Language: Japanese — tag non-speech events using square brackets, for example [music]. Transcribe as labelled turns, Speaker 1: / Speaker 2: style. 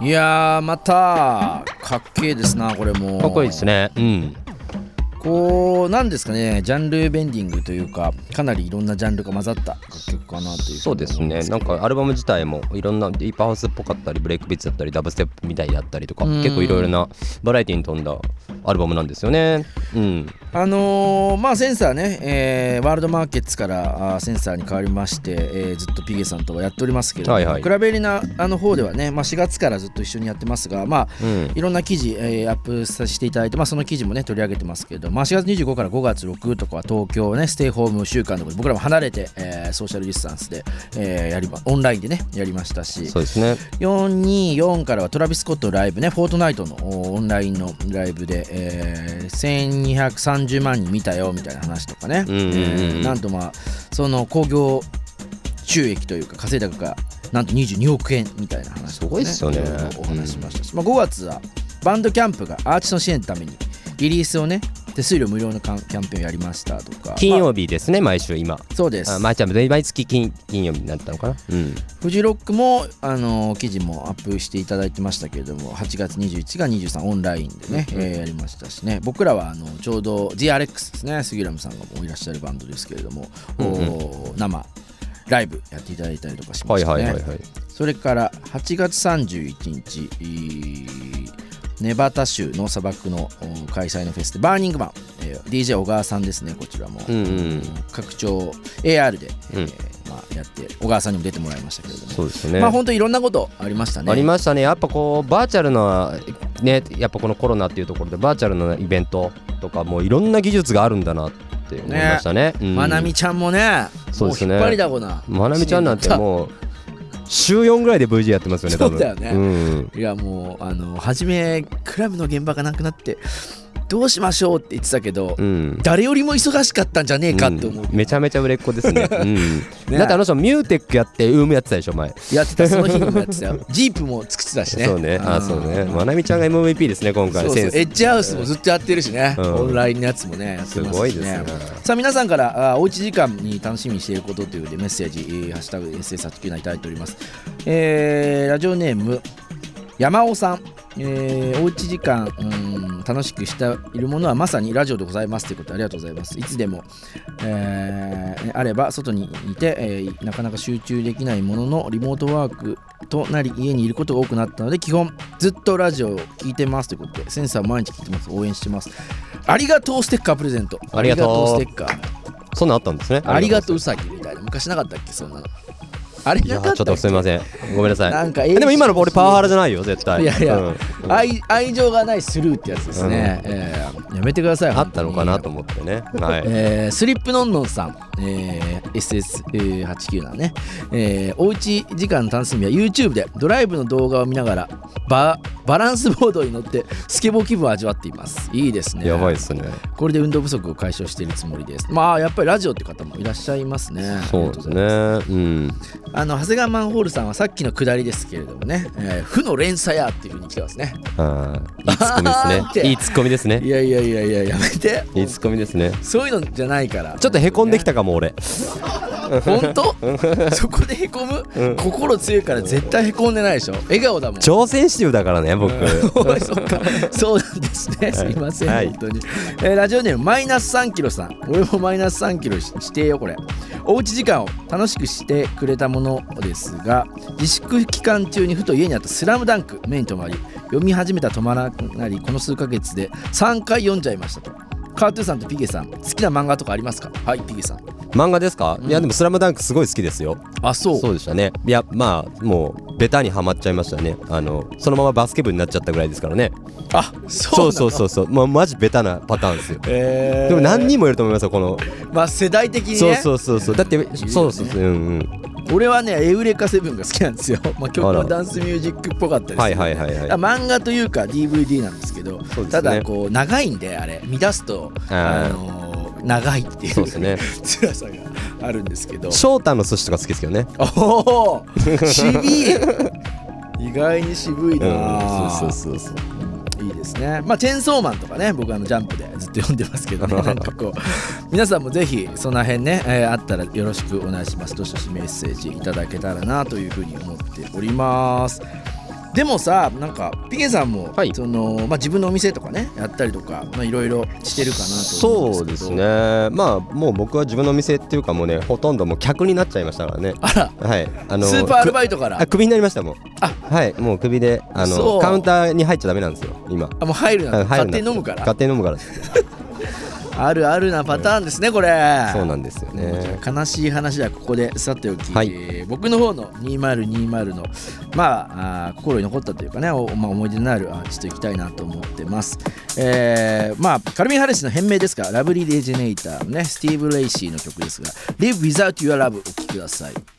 Speaker 1: いやーまたかっけえですなこれも
Speaker 2: かっこいいですねうん
Speaker 1: こうなんですかねジャンルベンディングというかかなりいろんなジャンルが混ざった楽曲かなという
Speaker 2: そうですねなんかアルバム自体もいろんなディープハウスっぽかったりブレイクビーツだったりダブステップみたいだったりとか
Speaker 1: うん
Speaker 2: 結構いろいろなバラエティに富んだアルバムなんですよねうん
Speaker 1: あのーまあセンサーね、えーワールドマーケッツからあーセンサーに変わりまして、えーずっとピゲさんとはやっておりますけれども、
Speaker 2: はいはい
Speaker 1: クラベリナあの方ではね、まあ、4月からずっと一緒にやってますがまあ
Speaker 2: うん
Speaker 1: いろんな記事、えーアップさせていただいて、まあ、その記事もね取り上げてますけれども、まあ、4月25から5月6とかは東京ねステイホーム週間とかで僕らも離れて、えーソーシャルディスタンスで、えーやりまオンラインでねやりましたし
Speaker 2: そうですね
Speaker 1: 424からはトラビス・スコットのライブね、フォートナイトのおオンラインのライブで、えー1230万人見たよみたいな話とかね、
Speaker 2: うんうんうんうん
Speaker 1: えーなんとまあ、その興行収益というか、稼いだ額がなんと22億円みたいな話とか、
Speaker 2: すごいっすよね
Speaker 1: いろいろお話ししましたし、まあ、5月はバンドキャンプがアーチの支援のためにリリースをね、手数料無料のカンキャンペーンをやりましたとか、
Speaker 2: 金
Speaker 1: ま
Speaker 2: 曜日ですね毎週今
Speaker 1: あそうです
Speaker 2: あ。まあ、ちゃん毎月金金曜日になったのかなうん
Speaker 1: フジロックも、あの記事もアップしていただいてましたけれども8月21が23オンラインでね、
Speaker 2: うん
Speaker 1: えーやりましたしね僕らはあのちょうど GRX ですね杉浦さんがもういらっしゃるバンドですけれども、
Speaker 2: うんうん
Speaker 1: おー生ライブやっていただいたりとかしま
Speaker 2: はい
Speaker 1: した
Speaker 2: は
Speaker 1: ね、
Speaker 2: いはいはい
Speaker 1: それから8月31日いーネバダ州の砂漠のおー開催のフェスでバーニングマン、えー DJ 小川さんですねこちらも、
Speaker 2: うんうん
Speaker 1: 拡張 AR で、え
Speaker 2: うん
Speaker 1: ーまあ、やって小川さんにも出てもらいましたけれども
Speaker 2: そうですね
Speaker 1: まあ本当いろんなことありましたね。
Speaker 2: ありましたねやっぱこうバーチャルなねやっぱこのコロナっていうところでバーチャルなイベントとかもういろんな技術があるんだなって思いましたねうん
Speaker 1: まなみちゃんもね、
Speaker 2: そうです
Speaker 1: も
Speaker 2: ね
Speaker 1: 引っ張りだこな。
Speaker 2: まなみちゃんなんてもう週4ぐらいで VG やってますよね多分
Speaker 1: そうだよね
Speaker 2: ん
Speaker 1: いやもうあの初めクラブの現場がなくなってどうしましょうって言ってたけど、
Speaker 2: うん
Speaker 1: 誰よりも忙しかったんじゃねえかって思う。
Speaker 2: んめちゃめちゃ売れっ子
Speaker 1: [laughs]
Speaker 2: ですね, 、うん、
Speaker 1: ね
Speaker 2: だってあの人ミューテックやってウームやってたでしょ前、
Speaker 1: やってたその日にもやってたよ。ジープも作ってたしね。
Speaker 2: そうねあ
Speaker 1: ん
Speaker 2: そうねまなみちゃんが MVP ですね今回
Speaker 1: そうそう
Speaker 2: セン
Speaker 1: エ
Speaker 2: ス
Speaker 1: ッジハウスもずっとやってるしね、
Speaker 2: うん
Speaker 1: オンラインのやつもねやってますし、ね、
Speaker 2: すごいですね
Speaker 1: さあ皆さんからあおうち時間に楽しみにしていることということでメッセージ、えーハッシュタグ SS897 いただいております、えーラジオネーム山尾さん、えーおうち時間、うん楽しくしているものはまさにラジオでございますということでありがとうございますいつでも、えーあれば外にいて、えーなかなか集中できないもののリモートワークとなり家にいることが多くなったので基本ずっとラジオを聞いてますということでセンサー毎日聞いてます応援してますありがとうステッカープレゼント
Speaker 2: ありがとう
Speaker 1: ステッカー
Speaker 2: そんなんあったんですね
Speaker 1: ありが
Speaker 2: う
Speaker 1: とううさぎみたいな昔なかったっけそんなのあれ
Speaker 2: い
Speaker 1: な
Speaker 2: や
Speaker 1: かったっ
Speaker 2: ちょっとすみませんごめんなさい
Speaker 1: なんか
Speaker 2: えでも今の俺パワハラじゃないよ絶対
Speaker 1: いやいや、
Speaker 2: うん
Speaker 1: 愛愛情がないスルーってやつですね、えーやめてください
Speaker 2: あったのかなと
Speaker 1: 本
Speaker 2: 思ってねは
Speaker 1: 当
Speaker 2: い
Speaker 1: にえースリップのんのんさん、えー、SS897 ね、えーおうち時間の楽しみは YouTube でドライブの動画を見ながらババランスボードに乗ってスケボー気分を味わっていますいいですね
Speaker 2: やばいですね
Speaker 1: これで運動不足を解消しているつもりですまあやっぱりラジオって方もいらっしゃいますね
Speaker 2: そうですね
Speaker 1: ありがとうございます
Speaker 2: うん
Speaker 1: あの長谷川マンホールさんはさっきのくだりですけれどもね「えー負の連鎖や」っていうふうに来てますね
Speaker 2: あーいいツッコミ
Speaker 1: あーっ
Speaker 2: です
Speaker 1: て
Speaker 2: ねいいツッコミですね
Speaker 1: いやいやいやいややめて
Speaker 2: いいツッコミですね
Speaker 1: そういうのじゃないから
Speaker 2: ちょっとへこんできたかも俺
Speaker 1: 本当そこでへこむ、心強いから絶対へこんでないでしょ笑顔だもん
Speaker 2: 挑戦してるだからね僕
Speaker 1: おいそっか [laughs] そうなんですね、すいません、
Speaker 2: はい
Speaker 1: 本当に、えーラジオネームマイナス3キロさん俺もマイナス3キロししてよこれおうち時間を楽しくしてくれたものですが自粛期間中にふと家にあった「スラムダンク目に留まり読み始めたら止まらなくなりこの数ヶ月で3回読んじゃいましたとカートゥーさんとピゲさん好きな漫画とかありますかはいピゲさん
Speaker 2: [laughs] 漫画ですかいやでも「スラムダンクすごい好きですよ
Speaker 1: あそう
Speaker 2: そうでしたねいやまあもうベタにはまっちゃいましたねあのそのままバスケ部になっちゃったぐらいですからね
Speaker 1: あそうな
Speaker 2: そ
Speaker 1: の
Speaker 2: うそうそうそうまあマジベタなパターンですよ
Speaker 1: えー
Speaker 2: でも何人もいると思いますよこの
Speaker 1: まあ世代的にね
Speaker 2: そうそうそうそうだって
Speaker 1: ね
Speaker 2: そうそうそううんうん
Speaker 1: 俺はねエウレカセブンが好きなんですよ、 [laughs] まあ、曲
Speaker 2: あ
Speaker 1: も
Speaker 2: ら
Speaker 1: ダンスミュージックっぽかったです
Speaker 2: はい
Speaker 1: けど
Speaker 2: はいはいはい
Speaker 1: あ漫画というか DVD なんですけど
Speaker 2: すね
Speaker 1: ただこう長いんであれ見出すと、
Speaker 2: あー
Speaker 1: あのー長いっていう
Speaker 2: そうですね
Speaker 1: [laughs] 辛さがあるんですけど
Speaker 2: 翔太の寿司とか好きですけどね
Speaker 1: おお渋い意外に渋いなあ、
Speaker 2: そうそうそうそう
Speaker 1: いいですね。まあ、チェーンソーマンとかね、僕あのジャンプでずっと読んでますけどね、
Speaker 2: [laughs]
Speaker 1: なんかこう、皆さんもぜひ、その辺ね、えーあったらよろしくお願いします。どしどしメッセージいただけたらなというふうに思っております。でもさなんかピケさんも、
Speaker 2: はい
Speaker 1: そのまあ、自分のお店とかねやったりとかまあいろいろしてるかなと思
Speaker 2: そううん
Speaker 1: で
Speaker 2: ですす
Speaker 1: けど
Speaker 2: ねまあもう僕は自分の店っていうかもうねほとんどもう客になっちゃいましたからね
Speaker 1: あら
Speaker 2: はいあの
Speaker 1: スーパーアル
Speaker 2: イ
Speaker 1: バイトから
Speaker 2: あクビになりましたもん
Speaker 1: あ
Speaker 2: はいもうクビであ
Speaker 1: そう
Speaker 2: のカウンターに入っちゃダメなんですよ今
Speaker 1: あもう入るな
Speaker 2: あ入
Speaker 1: 勝
Speaker 2: るな
Speaker 1: 手に飲むから
Speaker 2: 勝手に飲むからです
Speaker 1: あるあるなパターンですねこれ
Speaker 2: そうなんですよ
Speaker 1: もうじ
Speaker 2: ね
Speaker 1: ゃあ悲しい話はここでさておき、
Speaker 2: はい
Speaker 1: えー僕の方の2020の、まあ、あー心に残ったというかね、おまあ、思い出のあるアーティスト行きたいなと思ってます、えーまあ、カルビン・ハリスの変名ですからラブリー・デジェネイターのねスティーブ・レイシーの曲ですが「Live Without Your Love」お聴きください